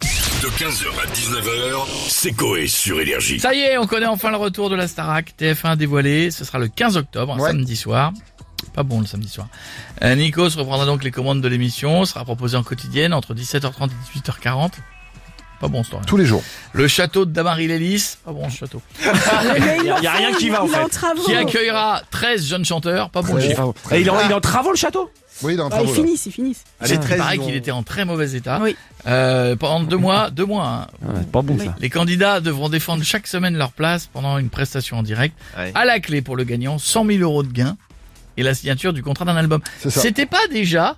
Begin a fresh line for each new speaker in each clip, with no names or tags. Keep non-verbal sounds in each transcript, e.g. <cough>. De 15h à 19h, c'est Coé sur Énergie.
Ça y est, on connaît enfin le retour de la Starac. TF1 dévoilé, ce sera le 15 octobre, un
Ouais.
samedi soir. Pas bon le samedi soir. Euh, Nikos reprendra donc les commandes de l'émission, sera proposé en quotidienne entre 17h30 et 18h40. Pas bon ce temps.
Tous les jours.
Le château de Damary-Lélis, pas bon ce château.
Eh, Il y a- il y a rien qui va, en fait.
Qui accueillera 13 jeunes chanteurs, pas bon le
Ouais.
chiffre.
Et il est en, il est en travaux le château
Oui, dans un
Bah, ils
travaux, là.
finissent, ils finissent.
C'est pareil qu'il était en très mauvais état.
Oui.
Euh, pendant deux mois, deux mois, hein,
Ah Pas bon
Oui.
ça.
Les candidats devront défendre chaque semaine leur place pendant une prestation en direct.
Ouais.
À la clé pour le gagnant, 100 000 euros de gains et la signature du contrat d'un album.
C'est ça.
C'était pas déjà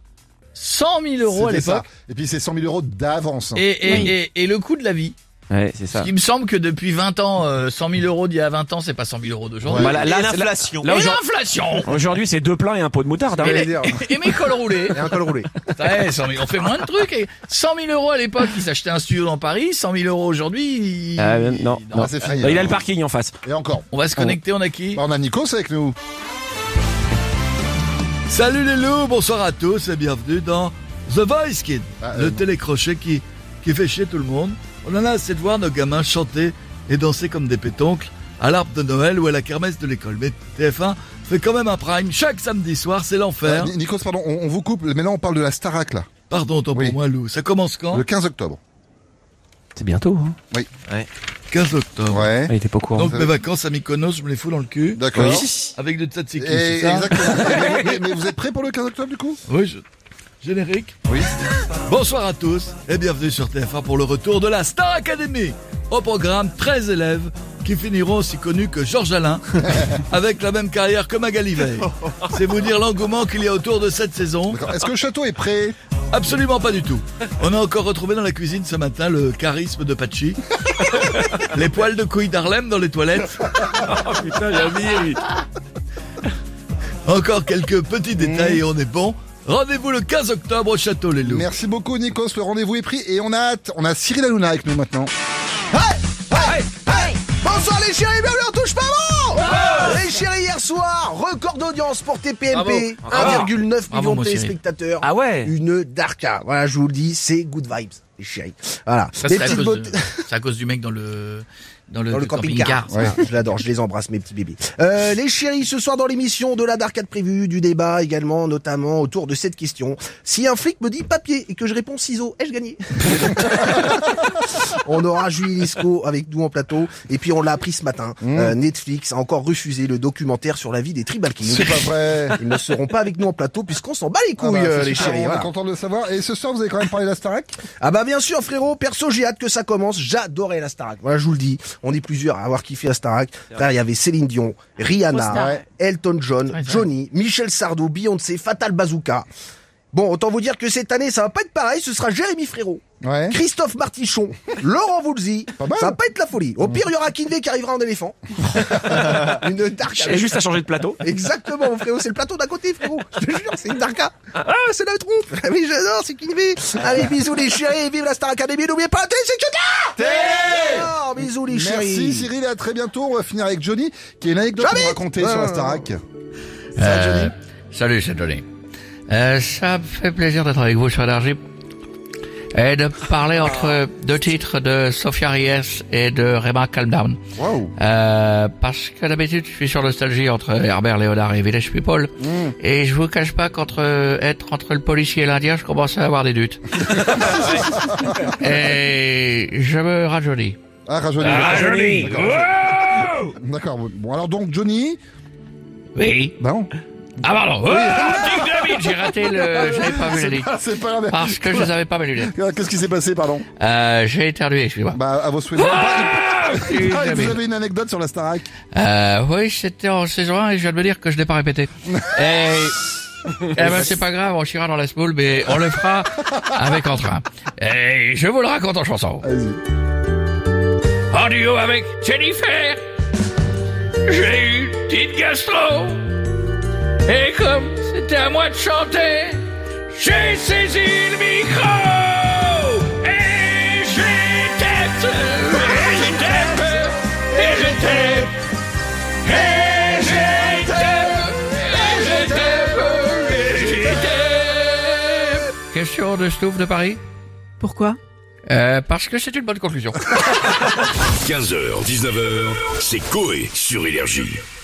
100 000 euros à
C'était ça.
l'époque
Et puis c'est 100 000 euros d'avance. hein. <laughs>
et, et-
Oui.
et- et le coût de la vie.
Ouais, c'est
Ce
ça.
qui me semble que depuis 20 ans, euh, 100 000 euros d'il y a 20 ans, c'est pas 100 000 euros d'aujourd'hui.
Bah, là, là, c'est- là,
L'inflation.
là,
et
aujourd'hui-
l'inflation
aujourd'hui, c'est deux plats et un pot de moutarde. hein.
Et,
J'allais
les-
dire.
et mes cols roulés.
Et un col roulé.
Ouais, 100 000, on fait moins de trucs. Et 100 000 euros à l'époque, ils s'achetaient un studio dans Paris. 100 000 euros aujourd'hui. ils-
Euh, non,
ils-
non.
Ah, c'est fini.
Bah, il a le
alors.
parking en face.
Et encore.
On va se connecter, on a qui
Bah, on a Nikos avec nous.
Salut les loups, bonsoir à tous et bienvenue dans The Voice Kid,
Ah,
le
euh,
télécrochet qui, qui fait chier tout le monde. On en a assez de voir nos gamins chanter et danser comme des pétoncles à l'arbre de Noël ou à la kermesse de l'école. Mais TF1 fait quand même un prime chaque samedi soir, c'est l'enfer.
euh, Ni- Nikos, pardon, on, on vous coupe, mais là on parle de la Starac, là.
Pardon, tant
Oui.
pour moi loup, ça commence quand
Le 15 octobre.
C'est bientôt. Hein.
15 octobre.
Ouais.
Ah, il était pas au courant.
Donc mes vacances à Mykonos, je me les fous dans le cul.
D'accord.
euh,
Avec de tzatziki, c'est
Et-
ça
exactement. <laughs> mais, mais- mais vous êtes prêts pour le 15 octobre, du coup
Oui, je- générique. Oui. Bonsoir à tous et bienvenue sur TF1 pour le retour de la Star Academy. Au programme, 13 élèves qui finiront aussi connus que Georges Alain, avec la même carrière que Magali Veil. C'est vous dire l'engouement qu'il y a autour de cette saison.
D'accord. Est-ce que le château est prêt
Absolument pas du tout. On a encore retrouvé dans la cuisine ce matin le charisme de <laughs> Pachi, les poils de couilles d'Harlem dans les <laughs> toilettes. Oh, Encore quelques petits détails et on est bon. Rendez-vous le 15 octobre au château, les loups.
Merci beaucoup, Nikos. Le rendez-vous est pris et on a hâte. On a Cyril Hanouna avec nous maintenant.
Bonsoir les chéris, bienvenue on touche pas bon Les chéris, hier soir, record d'audience pour TPMP, 1,9
Bravo,
millions
mon
de
chéri.
téléspectateurs.
Ah ouais
Une darka. Voilà, je vous le dis, c'est good vibes, les chéris. Voilà.
Ça,
Des
c'est à,
petites
cause
beautés-
de- c'est à cause du mec dans le dans le,
Dans le
camping-car.
camping-car. Voilà, je l'adore, je les embrasse, mes petits bébés. Euh, les chéris, ce soir dans l'émission de la d'arcade prévue, du débat également, notamment autour de cette question. Si un flic me dit papier et que je réponds ciseaux, ai-je gagné <laughs> On aura Julie Lisco avec nous en plateau. Et puis on l'a appris ce matin,
Mmh.
euh, Netflix a encore refusé le documentaire sur la vie des Tribal Kings.
C'est pas <laughs> vrai.
Ils ne seront pas avec nous en plateau puisqu'on s'en bat les
Ah
couilles,
bah,
euh,
c'est
les
super,
chéris.
On
voilà.
est content de le savoir. Et ce soir, vous avez quand même parlé de la Starac
Ah bah bien sûr frérot, perso j'ai hâte que ça commence, j'adorais la Starac. Voilà, je vous le dis, on est plusieurs à avoir kiffé la Starac. Frère, il y avait Céline Dion, Rihanna,
Ouais.
Elton John,
Ouais, c'est vrai.
Johnny, Michel Sardou, Beyoncé, Fatal Bazooka. Bon, autant vous dire que cette année, ça va pas être pareil, ce sera Jérémy Frérot,
Ouais.
Christophe Martichon,
<laughs>
Laurent Voulzy.
Pas mal.
Ça va pas être la folie. Au pire, il y aura Kinvey qui arrivera
<laughs>
en éléphant. Une dark
J'ai juste à changer de plateau.
Exactement, mon frérot, c'est le plateau d'à côté, frérot. Je te jure, c'est une darka. Ah, c'est la trompe. Ah Oui, j'adore, c'est Kinvé. Allez, bisous les chéris, vive la Star Academy, n'oubliez pas la télé, c'est que Télé Bisous les chéris.
Merci Cyril, et à très bientôt. On va finir avec Johnny, qui est une anecdote à nous raconter sur la Starac.
Euh, salut, c'est Johnny. Euh, ça me fait plaisir d'être avec vous sur Énergie et de parler entre deux titres de Sofia Ries et de Rema Calm Down.
Waouh.
Euh, parce que d'habitude, je suis sur Nostalgie entre Herbert Léonard et Village People. Et je vous cache pas qu'entre être entre le policier et l'Indien, je commence à avoir des doutes. et je me rajeunis.
Ah, Rajoni. Rajoni. D'accord. D'accord. Bon, alors donc Johnny.
Oui.
Bah <laughs> non.
Ah pardon. Oh, dynamite, J'ai raté le... J'avais pas vu le lit.
Ah, C'est pas la
Ah.
Parce que je n'avais pas mes lunettes.
merde. Qu'est-ce qui s'est passé, pardon
Euh, j'ai éternué, excusez-moi.
Bah, à vos souhaits.
Une
Ah, et
demi.
vous avez une anecdote sur la Starac
Euh, oui, c'était en saison 1 et je viens de me dire que je n'ai pas répété. et... Eh ben c'est pas grave, on chira dans la spoule, mais on le fera avec entrain. Et je vous le raconte en chanson.
Vas-y.
En duo avec Jennifer, j'ai eu une petite gastro. Et comme c'était à moi de chanter, j'ai saisi le micro. Et j'étais peur, et j'étais peur, et j'étais et j'étais peur, et j'étais peur, et j'étais Question de Stouff de Paris
Pourquoi Euh, parce que c'est une bonne conclusion.
15h, 19h, c'est Coé sur Énergie.